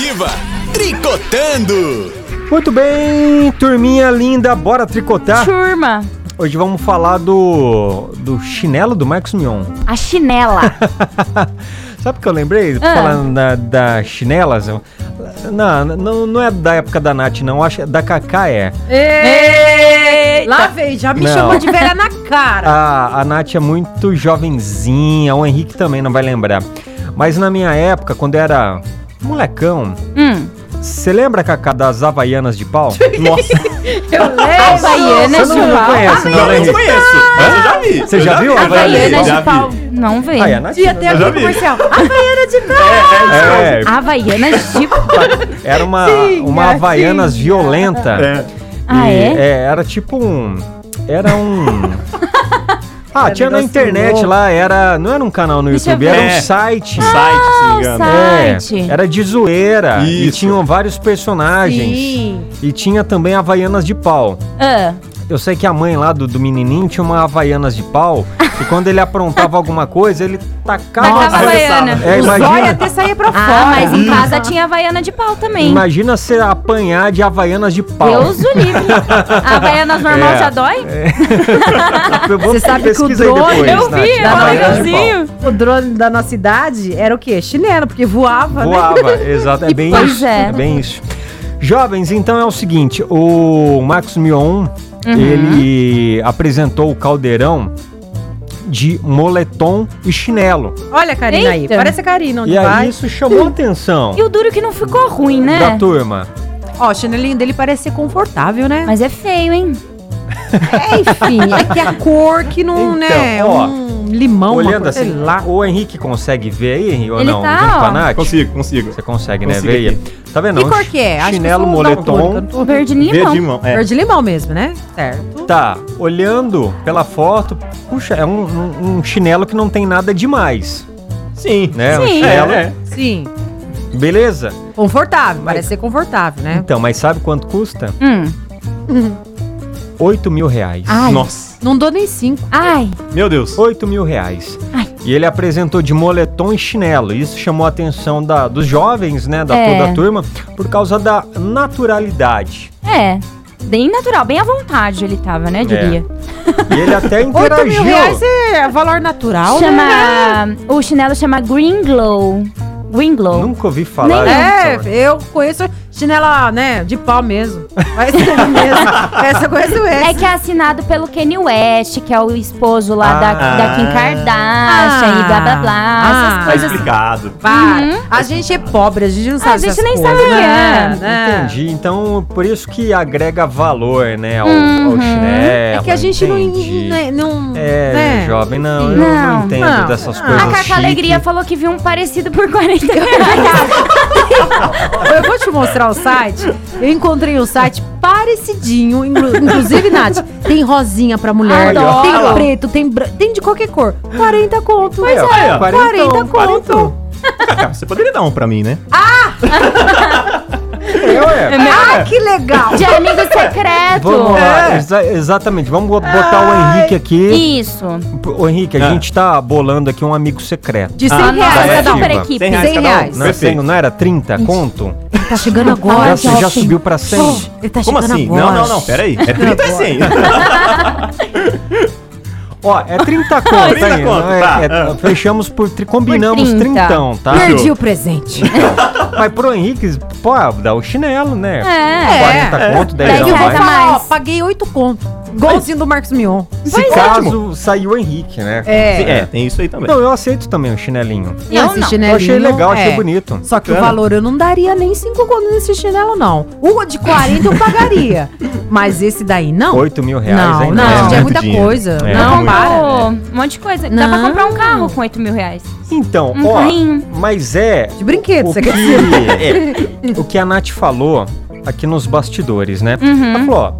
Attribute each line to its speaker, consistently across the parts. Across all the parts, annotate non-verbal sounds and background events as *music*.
Speaker 1: Ativa Tricotando.
Speaker 2: Muito bem, turminha linda, bora tricotar.
Speaker 3: Turma,
Speaker 2: Hoje vamos falar do do chinelo do Marcos Mion. *laughs*
Speaker 3: a chinela. *laughs*
Speaker 2: Sabe o que eu lembrei?
Speaker 3: Ah.
Speaker 2: Falando da, da chinelas. eu- Não, não, não é da época da Nath, não. Acho que é da Cacá é.
Speaker 4: Lá vem, já me
Speaker 2: Não.
Speaker 4: chamou de velha na cara.
Speaker 2: A, a Nath é muito jovenzinha, o Henrique também não vai lembrar. Mas na minha época, quando eu era molecão,
Speaker 3: Hum,
Speaker 2: você lembra, Cacá, das Havaianas de
Speaker 3: *laughs*
Speaker 2: pau?
Speaker 1: Nossa,
Speaker 2: Ah.
Speaker 4: Eu lembro.
Speaker 3: Havaianas
Speaker 2: Você não
Speaker 3: de pau.
Speaker 2: conhece,
Speaker 1: não,
Speaker 2: não, né,
Speaker 1: eu não
Speaker 2: Henrique?
Speaker 1: conheço, mas eu já vi.
Speaker 2: Você
Speaker 1: Eu
Speaker 2: já viu
Speaker 1: vi,
Speaker 2: a
Speaker 1: já vi,
Speaker 3: Havaianas
Speaker 1: já
Speaker 3: de
Speaker 1: vi.
Speaker 3: pau. Não vem.
Speaker 2: Ai, a Nath-
Speaker 4: Tinha até
Speaker 1: já
Speaker 2: É,
Speaker 4: um aqui
Speaker 1: vi.
Speaker 4: comercial. Havaiana de pau.
Speaker 2: é,
Speaker 3: Havaianas
Speaker 2: *laughs*
Speaker 3: de pau.
Speaker 2: era uma,
Speaker 4: Sim,
Speaker 2: uma
Speaker 4: gatinha.
Speaker 2: Havaianas violenta.
Speaker 1: É.
Speaker 3: Ah,
Speaker 2: E,
Speaker 3: é?
Speaker 2: Era tipo um. Era um. Ah,
Speaker 4: Era
Speaker 2: tinha na
Speaker 4: negócio
Speaker 2: internet
Speaker 4: louco.
Speaker 2: lá, era. Não era um canal no
Speaker 3: Deixa eu
Speaker 2: YouTube,
Speaker 3: ver.
Speaker 2: era um
Speaker 1: É. Site,
Speaker 2: site.
Speaker 1: se não me engano.
Speaker 3: Ah,
Speaker 2: É,
Speaker 3: Site.
Speaker 2: era de zoeira. E
Speaker 1: Isso.
Speaker 2: tinham vários personagens.
Speaker 4: Sim.
Speaker 2: E tinha também Havaianas de pau.
Speaker 3: Ah,
Speaker 2: Eu sei que a mãe lá do, do menininho tinha uma Havaianas de pau. e quando ele aprontava alguma coisa, ele tacava.
Speaker 3: Tacava
Speaker 2: a-
Speaker 3: Ah, Havaiana.
Speaker 2: É,
Speaker 4: O zóio
Speaker 2: imagina,
Speaker 4: até saía pra fora.
Speaker 3: ah mas em casa tinha Havaiana de pau também.
Speaker 2: imagina você apanhar de Havaianas de pau.
Speaker 3: Deus o livre.
Speaker 2: *laughs*
Speaker 3: Havaianas normal
Speaker 2: É.
Speaker 3: já dói?
Speaker 2: Tá, Eu vou
Speaker 4: Você sabe que o
Speaker 2: pesquisa aí
Speaker 4: drone-
Speaker 2: depois,
Speaker 3: Eu
Speaker 2: Nath,
Speaker 3: vi,
Speaker 2: da
Speaker 3: é
Speaker 2: Havaianas de pau.
Speaker 3: legalzinho.
Speaker 4: O drone da nossa idade era o quê? Chinelo, porque voava,
Speaker 3: *laughs*
Speaker 4: né?
Speaker 2: Voava, exato. É bem
Speaker 3: Pois
Speaker 2: isso.
Speaker 3: é.
Speaker 2: É. bem isso. Jovens, então é o seguinte: o Max
Speaker 4: Uhum.
Speaker 2: Mion ele apresentou o caldeirão de moletom e chinelo.
Speaker 4: Olha a Karina aí.
Speaker 3: Eita.
Speaker 4: Parece a Karina onde
Speaker 2: e aí
Speaker 4: vai.
Speaker 2: isso chamou a atenção
Speaker 3: E o duro é que não ficou ruim,
Speaker 2: da
Speaker 3: né?
Speaker 2: turma.
Speaker 4: Ó, o chinelinho dele parece ser confortável, né?
Speaker 3: Mas é feio, hein?
Speaker 4: É, enfim, é que a cor que
Speaker 2: Então,
Speaker 4: não, né?
Speaker 2: ó,
Speaker 4: um limão, uma
Speaker 2: Olhando
Speaker 4: cor, sei
Speaker 2: assim,
Speaker 4: lá.
Speaker 2: o Henrique consegue ver aí, Henrique, ou
Speaker 3: Ele
Speaker 2: não?
Speaker 3: tá,
Speaker 2: Junto com a
Speaker 3: ó.
Speaker 2: Nath?
Speaker 1: Consigo, consigo.
Speaker 2: Você consegue, né?
Speaker 1: Consigo
Speaker 2: Ver aí.
Speaker 1: aqui.
Speaker 2: Tá vendo?
Speaker 4: Que
Speaker 2: Um
Speaker 4: cor que é? Acho que
Speaker 2: Chinelo,
Speaker 4: isso não dá uma
Speaker 2: moletom.
Speaker 4: cor, né?
Speaker 3: Verde
Speaker 1: Verde
Speaker 3: limão.
Speaker 1: limão, é.
Speaker 4: Verde limão mesmo, né? Certo.
Speaker 2: Tá, olhando pela foto, puxa, é um, um- um chinelo que não tem nada demais,
Speaker 1: Sim.
Speaker 2: né? Um
Speaker 3: Sim.
Speaker 2: chinelo,
Speaker 1: É, é.
Speaker 4: Sim.
Speaker 2: beleza.
Speaker 4: Confortável, parece ser confortável,
Speaker 3: É.
Speaker 4: né?
Speaker 2: Então, mas sabe quanto custa?
Speaker 3: Hum.
Speaker 2: 8 mil reais.
Speaker 3: Ai.
Speaker 1: Nossa.
Speaker 4: Não dou nem cinco.
Speaker 3: Ai.
Speaker 1: Meu Deus.
Speaker 2: 8 mil reais.
Speaker 3: Ai.
Speaker 2: E ele apresentou de moletom e chinelo. Isso chamou a atenção da, dos jovens, né? Da
Speaker 3: É.
Speaker 2: toda a turma, por causa da naturalidade.
Speaker 3: É. Bem natural, bem à vontade ele tava,
Speaker 2: É.
Speaker 3: né, diria.
Speaker 2: E ele
Speaker 3: *laughs*
Speaker 2: até
Speaker 4: 8 mil
Speaker 2: interagiu.
Speaker 4: reais é valor natural, né?
Speaker 3: Chama. O chinelo chama Green Glow. Green Glow.
Speaker 2: Nunca ouvi falar.
Speaker 3: Nem
Speaker 2: disso.
Speaker 4: É, eu conheço chinela, né, de pau mesmo. Mas ele *laughs* mesmo. Essa eu conheço
Speaker 3: É
Speaker 4: essa.
Speaker 3: que é assinado pelo Kanye West, que é o esposo lá da,
Speaker 2: Ah.
Speaker 3: da Kim Kardashian e blá blá blá.
Speaker 4: Ah.
Speaker 3: essas
Speaker 1: Tá *laughs*
Speaker 3: coisas.
Speaker 1: explicado.
Speaker 4: Para. A gente é pobre, a gente não sabe
Speaker 3: uhum. Ah, a gente
Speaker 4: essas
Speaker 3: nem
Speaker 4: coisas,
Speaker 3: sabe,
Speaker 4: né?
Speaker 3: é.
Speaker 4: Né?
Speaker 2: Entendi. Então, por isso que agrega valor, né, ao, ao
Speaker 3: Uhum.
Speaker 2: chinelo.
Speaker 4: É que a gente não,
Speaker 2: entendi.
Speaker 4: né, não...
Speaker 2: É,
Speaker 4: né?
Speaker 2: jovem, não, eu
Speaker 3: Não.
Speaker 2: não entendo
Speaker 4: Não.
Speaker 2: dessas
Speaker 4: Ah.
Speaker 2: coisas.
Speaker 3: A
Speaker 2: chique.
Speaker 3: Cacá Alegria falou que viu um parecido por *laughs* 40 reais.
Speaker 4: Eu vou te mostrar o site. Eu encontrei um site parecidinho, inclu- inclusive, Nath, tem rosinha pra mulher,
Speaker 3: Adoro.
Speaker 4: tem preto, tem branco, tem de qualquer cor. 40 conto.
Speaker 2: Pois é, 40
Speaker 4: 40 conto.
Speaker 1: Cacá, Você poderia dar um pra mim, né?
Speaker 2: É, ué.
Speaker 4: Ah, que legal.
Speaker 2: *laughs*
Speaker 3: De amigo secreto.
Speaker 2: Vamos lá,
Speaker 1: É.
Speaker 2: exa- exatamente. Vamos bo- botar o Henrique aqui.
Speaker 3: Isso.
Speaker 2: Ô, Henrique, a
Speaker 1: Ah.
Speaker 2: gente tá bolando aqui um amigo secreto.
Speaker 4: De 100
Speaker 1: Ah,
Speaker 4: reais
Speaker 3: Nossa,
Speaker 1: é,
Speaker 4: cada um.
Speaker 3: super
Speaker 2: Diva.
Speaker 3: equipe.
Speaker 1: 100
Speaker 4: reais cada um?
Speaker 2: Não, é
Speaker 1: Perfeito.
Speaker 2: cem, não era 30 conto?
Speaker 4: Tá chegando
Speaker 2: Já,
Speaker 4: agora,
Speaker 2: você já subiu pra 100?
Speaker 4: Ele tá
Speaker 1: Como
Speaker 4: chegando
Speaker 1: assim?
Speaker 4: agora.
Speaker 1: Não, não, não, peraí. É 30 e 100.
Speaker 2: Ó, é
Speaker 4: *laughs*
Speaker 2: 30 conto,
Speaker 1: 30
Speaker 2: hein?
Speaker 1: conto,
Speaker 2: É-
Speaker 1: tá.
Speaker 2: é-
Speaker 1: Ah.
Speaker 2: Fechamos por. tri- Combinamos
Speaker 3: 30.
Speaker 2: trintão, tá?
Speaker 4: Perdi o presente.
Speaker 2: Mas pro Henrique, pô, dá o chinelo, né?
Speaker 3: É.
Speaker 2: 40
Speaker 1: É.
Speaker 2: conto,
Speaker 3: Dez
Speaker 2: 10
Speaker 4: Daqui eu
Speaker 2: a
Speaker 4: vou
Speaker 3: reais
Speaker 2: mais.
Speaker 3: a
Speaker 4: falar, ó,
Speaker 3: mais.
Speaker 4: paguei 8 conto. Golzinho do Marcos Mion.
Speaker 2: Se
Speaker 1: Pois é.
Speaker 2: caso saiu o Henrique, né?
Speaker 4: É.
Speaker 1: *laughs* É, tem isso aí também.
Speaker 2: Não, eu aceito também o chinelinho.
Speaker 3: Eu
Speaker 4: Esse
Speaker 3: não.
Speaker 2: Eu
Speaker 4: chinelinho,
Speaker 2: achei legal, achei
Speaker 4: é.
Speaker 2: bonito.
Speaker 4: Só que o
Speaker 1: Bacana.
Speaker 4: valor eu não daria nem 5 conto nesse chinelo, não. O de 40 eu pagaria. mas esse daí não.
Speaker 2: 8 mil reais,
Speaker 4: não,
Speaker 2: hein?
Speaker 4: não,
Speaker 2: É
Speaker 4: gente, é
Speaker 1: muito
Speaker 4: muita
Speaker 1: dinheiro.
Speaker 4: coisa.
Speaker 2: É.
Speaker 4: Não,
Speaker 2: Muito.
Speaker 4: para.
Speaker 3: Comprou
Speaker 2: né?
Speaker 3: um monte de coisa. Dá pra
Speaker 4: Não.
Speaker 3: comprar um carro com 8 mil reais.
Speaker 2: Então,
Speaker 3: Um
Speaker 2: ó,
Speaker 3: carrinho.
Speaker 2: mas é
Speaker 4: De brinquedo,
Speaker 2: o
Speaker 4: você
Speaker 2: que, É.
Speaker 4: quer dizer?
Speaker 2: *laughs* o que a Nath falou aqui nos bastidores, né?
Speaker 4: Uhum.
Speaker 2: Ela falou, ó,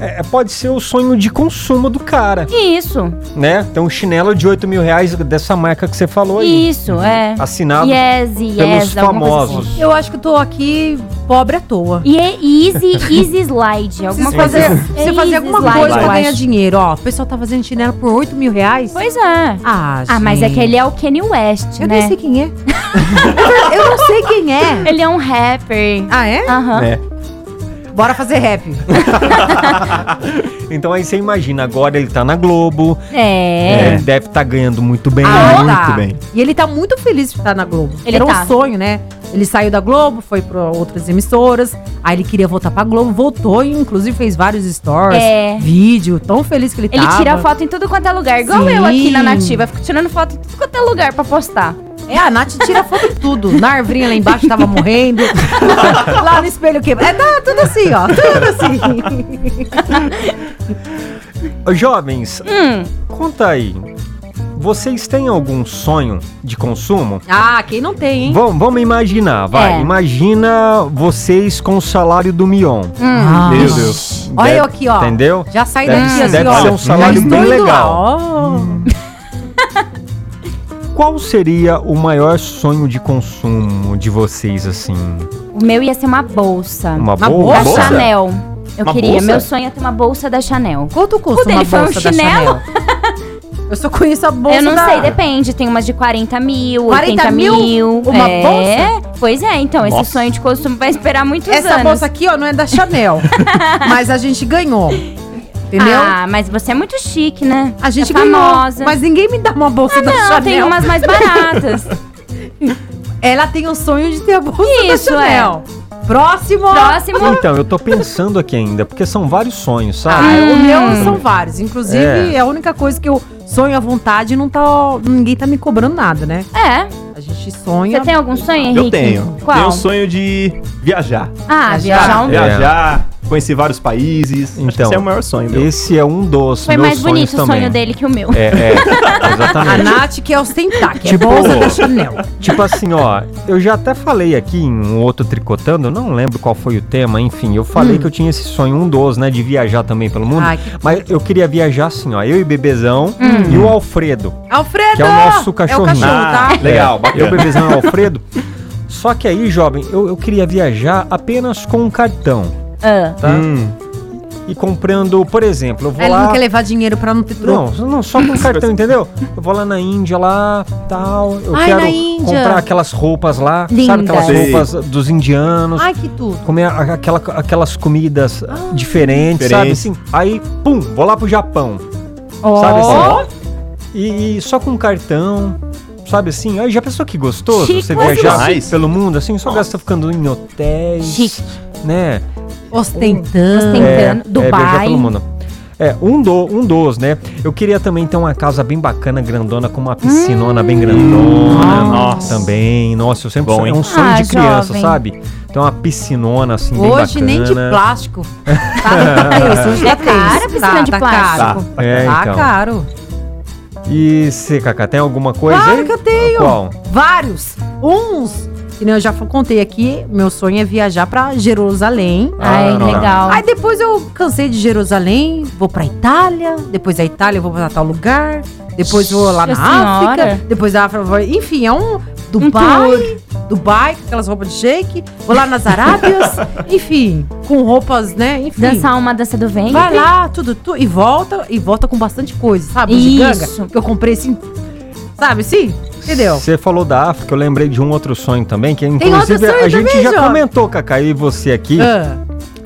Speaker 2: é, pode ser o sonho de consumo do cara,
Speaker 3: Isso.
Speaker 2: né? Então, um chinelo de 8 mil reais dessa marca que você falou aí.
Speaker 3: Isso, é.
Speaker 2: Assinado
Speaker 3: Yes,
Speaker 2: pelos
Speaker 3: yes, alguma coisa assim.
Speaker 2: famosos.
Speaker 4: Eu acho que eu tô aqui pobre à toa.
Speaker 3: E é easy, easy slide. Alguma
Speaker 4: Precisa
Speaker 3: coisa.
Speaker 4: fazer,
Speaker 3: é
Speaker 4: precisa fazer
Speaker 3: easy
Speaker 4: alguma
Speaker 3: slide,
Speaker 4: coisa
Speaker 3: eu
Speaker 4: pra ganhar
Speaker 3: acho.
Speaker 4: dinheiro. Ó, o pessoal tá fazendo chinelo por 8 mil reais.
Speaker 3: Pois é.
Speaker 4: Ah,
Speaker 3: Ah, mas é
Speaker 4: gente.
Speaker 3: que ele é o Kanye West,
Speaker 4: Eu
Speaker 3: né?
Speaker 4: nem sei quem é. *laughs* eu não sei quem é.
Speaker 3: Ele é um rapper.
Speaker 4: Ah, é?
Speaker 3: Aham.
Speaker 1: É.
Speaker 4: Bora fazer rap.
Speaker 2: Então aí você imagina, agora ele tá na Globo,
Speaker 3: É.
Speaker 2: ele deve estar ganhando muito bem.
Speaker 4: Ah,
Speaker 1: muito
Speaker 4: tá.
Speaker 1: bem.
Speaker 4: E ele tá muito feliz de estar na Globo.
Speaker 3: Ele
Speaker 4: Era
Speaker 3: tá.
Speaker 4: um sonho, né? Ele saiu da Globo, foi pra outras emissoras. Aí ele queria voltar pra Globo, voltou e inclusive fez vários stories,
Speaker 3: É.
Speaker 4: vídeo. Tão feliz que ele
Speaker 3: Ele
Speaker 4: tava.
Speaker 3: tira foto em tudo quanto é lugar. Igual
Speaker 4: Sim.
Speaker 3: eu aqui na Nativa. Fico tirando foto em tudo quanto é lugar pra postar.
Speaker 4: É, a Nath tira foto de tudo. Na arvrinha lá embaixo tava morrendo. lá no espelho quebra. É, tá tudo assim, ó. Tudo assim.
Speaker 2: Ô, Jovens,
Speaker 3: Hum.
Speaker 2: conta aí. Vocês têm algum sonho de consumo?
Speaker 4: Ah, quem não tem, hein?
Speaker 2: Vamos, vamos imaginar, vai.
Speaker 3: É.
Speaker 2: Imagina vocês com o salário do Mion.
Speaker 4: Ah,
Speaker 1: Meu Deus.
Speaker 4: Olha
Speaker 2: Deve-
Speaker 4: eu aqui, ó.
Speaker 2: Entendeu?
Speaker 4: Já saí
Speaker 2: Deve-
Speaker 4: daqui assim,
Speaker 2: deve
Speaker 4: ó.
Speaker 2: ser um salário
Speaker 4: Já estou
Speaker 2: bem
Speaker 4: indo lá,
Speaker 2: legal.
Speaker 4: ó.
Speaker 2: Qual seria o maior sonho de consumo de vocês, assim?
Speaker 3: O meu ia ser uma bolsa. né?
Speaker 2: Uma
Speaker 4: Uma
Speaker 2: boa?
Speaker 3: da
Speaker 1: bolsa?
Speaker 3: Chanel. Eu
Speaker 1: Uma
Speaker 3: queria.
Speaker 1: bolsa?
Speaker 3: Meu sonho é ter uma bolsa da Chanel.
Speaker 4: Quanto
Speaker 3: O
Speaker 4: custa
Speaker 3: dele
Speaker 4: uma
Speaker 3: foi um
Speaker 4: bolsa da
Speaker 3: chinelo?
Speaker 4: Chanel? Eu só conheço a bolsa
Speaker 3: eu não
Speaker 4: da...
Speaker 3: sei, depende. Tem umas de 40 mil,
Speaker 4: 40
Speaker 3: 80
Speaker 4: mil?
Speaker 3: mil.
Speaker 4: Uma
Speaker 3: é. Pois é, então, esse
Speaker 1: Nossa.
Speaker 3: sonho de consumo vai esperar muitos
Speaker 4: Essa
Speaker 3: anos.
Speaker 4: bolsa aqui, ó, não é da Chanel. mas a gente ganhou. Entendeu?
Speaker 3: Ah, mas você é muito chique, né?
Speaker 4: a gente
Speaker 3: é
Speaker 4: ganhou.
Speaker 3: famosa. Ah,
Speaker 4: Mas ninguém me dá uma bolsa da
Speaker 3: não,
Speaker 4: Chanel.
Speaker 3: tem umas mais
Speaker 4: *laughs*
Speaker 3: baratas.
Speaker 4: Ela tem o sonho de ter a bolsa
Speaker 3: Isso, é.
Speaker 4: da Chanel. Próximo.
Speaker 3: Próximo.
Speaker 2: Então, eu tô pensando aqui ainda, porque são vários sonhos,
Speaker 4: Ah,
Speaker 2: sabe? Hum.
Speaker 3: Hum.
Speaker 4: O meu são vários. Inclusive,
Speaker 2: Tá. É.
Speaker 4: é. a única coisa que eu sonho à vontade e não tá. Ninguém tá me cobrando nada, né?
Speaker 3: É.
Speaker 4: A gente sonha.
Speaker 3: Você tem algum sonho, Henrique?
Speaker 1: Eu tenho.
Speaker 3: Qual?
Speaker 1: Tenho o sonho de viajar.
Speaker 3: Ah,
Speaker 4: Viajar.
Speaker 3: viajar um...
Speaker 2: É.
Speaker 1: Viajar, conhecer vários países. Acho que
Speaker 2: Então.
Speaker 1: Esse é o maior sonho meu.
Speaker 2: Esse é um dos
Speaker 3: Foi
Speaker 2: meus
Speaker 3: mais
Speaker 2: sonhos
Speaker 3: bonito o
Speaker 2: também.
Speaker 3: sonho dele que o meu.
Speaker 2: É, é,
Speaker 4: A
Speaker 2: exatamente.
Speaker 4: Nath quer ostentar, que
Speaker 2: Tipo-
Speaker 4: é bolsa da Chanel.
Speaker 3: *laughs*
Speaker 2: Tipo assim, ó, eu já até falei aqui em um outro tricotando, eu não lembro qual foi o tema, enfim, eu falei
Speaker 3: Hum.
Speaker 2: que eu tinha esse sonho, um dos, né, de viajar também pelo mundo.
Speaker 4: Ai, que-
Speaker 2: Mas eu queria viajar assim, ó, eu e Bebezão
Speaker 3: Hum.
Speaker 2: e o Alfredo,
Speaker 4: Alfredo!
Speaker 2: que é o nosso
Speaker 4: É o
Speaker 2: cachorrinho.
Speaker 4: cachorro, tá?
Speaker 1: Ah. Legal,
Speaker 2: É,
Speaker 1: bacana.
Speaker 2: Eu, Bebezão e o Alfredo. Só que aí, jovem, eu, eu queria viajar apenas com um cartão,
Speaker 3: Ah.
Speaker 2: tá?
Speaker 1: Hum,
Speaker 2: E comprando, por exemplo, eu vou
Speaker 3: É
Speaker 4: Ela
Speaker 2: lá...
Speaker 4: não quer levar dinheiro pra não ter troco.
Speaker 2: Não, não, só
Speaker 1: *laughs*
Speaker 2: com
Speaker 1: um
Speaker 2: cartão, entendeu? Eu vou lá na Índia, lá, tal. Eu
Speaker 4: Ai,
Speaker 2: quero
Speaker 4: na Índia.
Speaker 2: comprar aquelas roupas lá, sabe?
Speaker 3: Lindas.
Speaker 2: Aquelas
Speaker 1: Sei.
Speaker 2: roupas dos indianos.
Speaker 4: Ai, Ah. que tudo.
Speaker 2: Comer a- aquela, aquelas comidas diferentes, sabe?
Speaker 1: Diferente.
Speaker 2: Assim, aí, pum, vou lá pro Japão, sabe?
Speaker 4: Ó,
Speaker 2: Assim, e, e só com cartão, sabe assim? Aí já pensou que gostoso
Speaker 3: Chique,
Speaker 2: você
Speaker 3: mas
Speaker 2: viajar
Speaker 1: demais.
Speaker 2: pelo mundo, assim, só
Speaker 1: Nossa.
Speaker 2: gasta ficando em hotéis,
Speaker 3: Chique.
Speaker 2: né? É,
Speaker 3: Ostentando. Engano,
Speaker 4: ostentando.
Speaker 2: É, viajar
Speaker 3: Dubai.
Speaker 2: pelo mundo. É, um, do, um dos, né? Eu queria também ter uma casa bem bacana, grandona, com uma piscinona
Speaker 4: Hum.
Speaker 2: bem
Speaker 4: Ah,
Speaker 2: grandona.
Speaker 1: Nossa.
Speaker 2: Também. Nossa, eu sempre
Speaker 1: Bom,
Speaker 2: sonho, é
Speaker 1: hein?
Speaker 2: um sonho
Speaker 3: Ah,
Speaker 2: de criança,
Speaker 3: jovem.
Speaker 2: sabe? Então uma piscinona assim, bem bacana.
Speaker 4: Hoje nem de plástico.
Speaker 2: *laughs*
Speaker 4: Tá isso, hoje
Speaker 3: É
Speaker 4: tá
Speaker 3: cara
Speaker 4: isso.
Speaker 3: piscina de
Speaker 4: tá,
Speaker 1: tá.
Speaker 4: Caro.
Speaker 1: tá.
Speaker 2: É,
Speaker 4: Tá
Speaker 2: então.
Speaker 4: caro.
Speaker 2: E você, Cacá, tem alguma coisa
Speaker 4: Claro
Speaker 2: aí?
Speaker 4: que eu tenho.
Speaker 2: Qual?
Speaker 4: Vários. Uns. Que nem eu já contei aqui, meu sonho é viajar pra Jerusalém.
Speaker 3: Ai,
Speaker 2: Ah, não.
Speaker 3: legal.
Speaker 4: Aí depois eu cansei de Jerusalém, vou pra Itália, depois da Itália eu vou pra tal lugar, depois vou lá na
Speaker 3: Nossa Senhora.
Speaker 4: África, depois da África, eu vou- enfim, é um Dubai, Dubai com aquelas roupas de shake, vou lá
Speaker 3: *laughs*
Speaker 4: nas Arábias, enfim, com roupas, né, enfim.
Speaker 3: Dançar uma dança do ventre.
Speaker 4: Vai lá, tudo, tudo, e volta, e volta com bastante coisa, sabe?
Speaker 3: Isso.
Speaker 4: Giganga, que eu comprei assim, sabe assim? Entendeu?
Speaker 2: Você falou da África, eu lembrei de um outro sonho também, que
Speaker 4: outro
Speaker 2: inclusive
Speaker 4: sonho
Speaker 2: a gente
Speaker 4: também,
Speaker 2: já
Speaker 4: jovem?
Speaker 2: comentou, Cacá, e você aqui.
Speaker 4: Ah,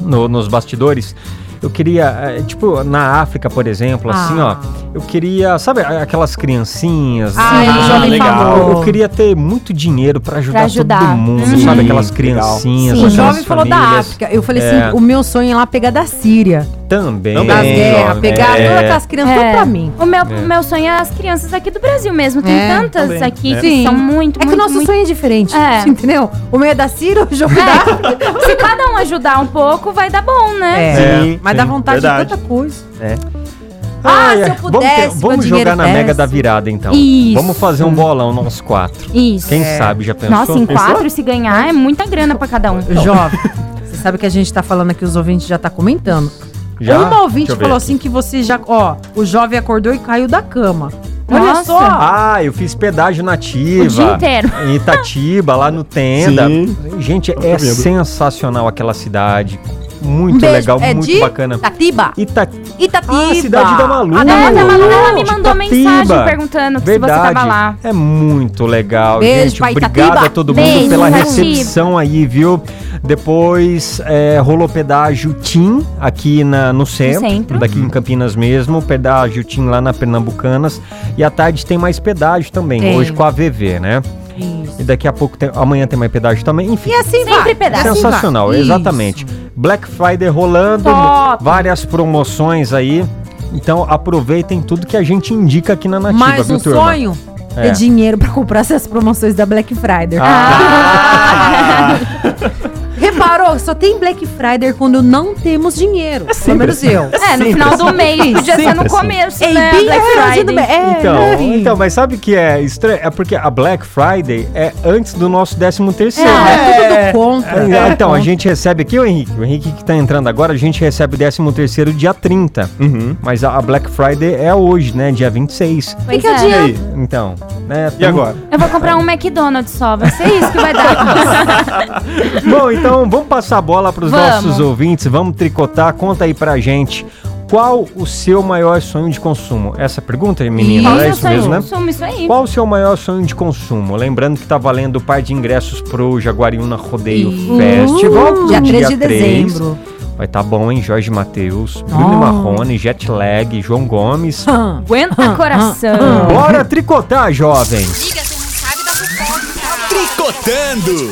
Speaker 2: no- nos bastidores. Eu queria, eh, tipo, na África, por exemplo,
Speaker 4: Ah.
Speaker 2: assim, ó. Eu queria, sabe, a- aquelas criancinhas.
Speaker 4: Ah,
Speaker 2: sabe?
Speaker 1: ele já me
Speaker 2: Eu-
Speaker 4: falou.
Speaker 2: Eu queria ter muito dinheiro pra ajudar,
Speaker 3: Pra ajudar.
Speaker 2: todo mundo,
Speaker 1: Uhum.
Speaker 2: sabe? Aquelas
Speaker 1: Sim,
Speaker 2: criancinhas,
Speaker 3: legal.
Speaker 4: o
Speaker 2: aquelas
Speaker 3: Sim.
Speaker 4: jovem falou da
Speaker 2: famílias.
Speaker 4: África. Eu falei
Speaker 2: É.
Speaker 4: assim: o meu sonho é lá pegar da Síria.
Speaker 2: Também.
Speaker 1: Das
Speaker 4: das
Speaker 1: Sim,
Speaker 4: guerras,
Speaker 2: jovem,
Speaker 4: pegar
Speaker 2: é.
Speaker 4: todas aquelas crianças tudo
Speaker 3: É.
Speaker 4: pra mim.
Speaker 3: O meu, o meu sonho é as crianças aqui do Brasil mesmo. Tem
Speaker 4: É,
Speaker 3: tantas
Speaker 1: também.
Speaker 3: aqui
Speaker 1: É.
Speaker 3: que
Speaker 4: Sim.
Speaker 3: são muito,
Speaker 4: É que
Speaker 3: muito,
Speaker 4: o nosso
Speaker 3: muito...
Speaker 4: sonho é diferente,
Speaker 3: É.
Speaker 4: *laughs* entendeu? O meu é da Ciro, o
Speaker 3: *laughs*
Speaker 4: jogo da...
Speaker 3: Se cada um ajudar um pouco, vai dar bom, né?
Speaker 4: É,
Speaker 1: Sim,
Speaker 4: mas
Speaker 1: sim,
Speaker 4: dá vontade
Speaker 1: verdade.
Speaker 4: de tanta coisa. Ah,
Speaker 2: Ai,
Speaker 4: se
Speaker 2: ai, vamos
Speaker 4: eu
Speaker 2: ter-
Speaker 4: pudesse,
Speaker 2: Vamos,
Speaker 4: meu dinheiro
Speaker 2: jogar na Mega
Speaker 4: desse. Hum.
Speaker 2: da Virada, então.
Speaker 3: Isso.
Speaker 2: Vamos fazer um bolão, nós quatro.
Speaker 4: É.
Speaker 3: Isso.
Speaker 2: Quem sabe, já pensou?
Speaker 3: Nossa, em
Speaker 1: Pensou?
Speaker 3: quatro, se ganhar, é muita grana pra cada um.
Speaker 4: Jovem, você sabe que a gente tá falando aqui, os ouvintes já tá comentando.
Speaker 2: Já?
Speaker 4: Uma
Speaker 2: Deixa
Speaker 4: ouvinte
Speaker 2: eu ver
Speaker 4: falou
Speaker 2: aqui.
Speaker 4: assim que você já... Ó, o jovem acordou e caiu da cama. Olha
Speaker 3: Nossa.
Speaker 4: só.
Speaker 2: Ah, eu fiz pedágio nativa.
Speaker 3: O dia inteiro.
Speaker 2: Em Itatiba, lá no Tenda.
Speaker 1: Sim.
Speaker 2: Gente,
Speaker 1: Tô
Speaker 2: é
Speaker 1: sabendo.
Speaker 2: sensacional aquela cidade.
Speaker 4: Um
Speaker 2: Muito
Speaker 4: beijo.
Speaker 2: legal,
Speaker 4: É
Speaker 2: muito
Speaker 4: de
Speaker 2: bacana.
Speaker 4: Itatiba.
Speaker 2: Itatiba.
Speaker 4: Itatiba.
Speaker 2: Ah, cidade da Malu.
Speaker 3: Não,
Speaker 4: Ah, da
Speaker 3: ela,
Speaker 4: Malu.
Speaker 3: ela me mandou
Speaker 2: Itatiba.
Speaker 3: mensagem perguntando se você
Speaker 2: Verdade.
Speaker 3: tava lá.
Speaker 2: É muito legal,
Speaker 4: Beijo
Speaker 2: gente.
Speaker 4: pra Itatiba.
Speaker 2: Obrigado a todo mundo
Speaker 3: Beijo,
Speaker 2: pela
Speaker 3: Itatiba.
Speaker 2: recepção aí, viu? Depois é, rolou pedágio TIM aqui na- no centro,
Speaker 3: centro.
Speaker 2: daqui em Campinas mesmo. Pedágio TIM lá na Pernambucanas. E à tarde tem mais pedágio também,
Speaker 4: Tem.
Speaker 2: hoje com a VV, né? E daqui a pouco, tem- amanhã tem mais pedágio também. Enfim,
Speaker 4: E assim
Speaker 3: Sempre
Speaker 4: vai.
Speaker 3: pedaço.
Speaker 4: assim
Speaker 2: sensacional,
Speaker 4: vai.
Speaker 2: exatamente.
Speaker 4: Isso.
Speaker 2: Black Friday rolando,
Speaker 3: Top.
Speaker 2: várias promoções aí. Então aproveitem tudo que a gente indica aqui na Nativa,
Speaker 4: Mais
Speaker 2: viu,
Speaker 4: um
Speaker 2: turma?
Speaker 4: sonho
Speaker 2: É.
Speaker 4: é dinheiro pra comprar essas promoções da Black Friday.
Speaker 3: Ah.
Speaker 4: Reparou? Só tem Black Friday quando não temos dinheiro. Pelo menos eu.
Speaker 3: É, no final do mês. Podia ser no
Speaker 1: Sempre assim.
Speaker 3: começo,
Speaker 4: Ei,
Speaker 3: né?
Speaker 4: bem
Speaker 3: Black
Speaker 4: reloginho do
Speaker 3: Friday.
Speaker 4: bem. É,
Speaker 2: Então,
Speaker 4: né?
Speaker 2: então, mas sabe o que é estranho? É porque a Black Friday é antes do nosso 13 terceiro.
Speaker 4: Não,
Speaker 2: né?
Speaker 4: é tudo do contra.
Speaker 2: É, Então, a gente recebe aqui o Henrique. O Henrique que tá entrando agora, a gente recebe o 13 terceiro dia 30.
Speaker 1: Uhum.
Speaker 2: Mas a a Black Friday é hoje, né? Dia 26.
Speaker 3: Pois
Speaker 4: Fica
Speaker 3: é.
Speaker 1: E
Speaker 4: adiante.
Speaker 1: aí?
Speaker 2: Então, né?
Speaker 1: E
Speaker 2: tem-
Speaker 1: agora?
Speaker 3: Eu vou comprar um McDonald's só, vai ser isso que vai dar.
Speaker 2: Bom, então vamos passar a bola para os
Speaker 3: Vamos.
Speaker 2: nossos ouvintes, vamos tricotar. Conta aí pra gente qual o seu maior sonho de consumo. Essa pergunta, menina,
Speaker 4: Isso.
Speaker 2: é
Speaker 3: Eu
Speaker 2: isso
Speaker 3: sonho,
Speaker 2: mesmo, né?
Speaker 3: consumo, isso aí.
Speaker 2: Qual o seu maior sonho de consumo? Lembrando que tá valendo o par de ingressos pro Jaguariúna Rodeio
Speaker 4: Isso.
Speaker 2: Festival. pro
Speaker 4: Uhum. Dia 3 de
Speaker 2: três.
Speaker 4: dezembro.
Speaker 2: Vai tá bom, hein? Jorge Matheus, Bruno
Speaker 4: Oh.
Speaker 2: Marrone, Jetlag, João Gomes.
Speaker 4: Hum.
Speaker 3: Aguenta coração.
Speaker 2: Bora tricotar, jovens!
Speaker 5: Tricotando!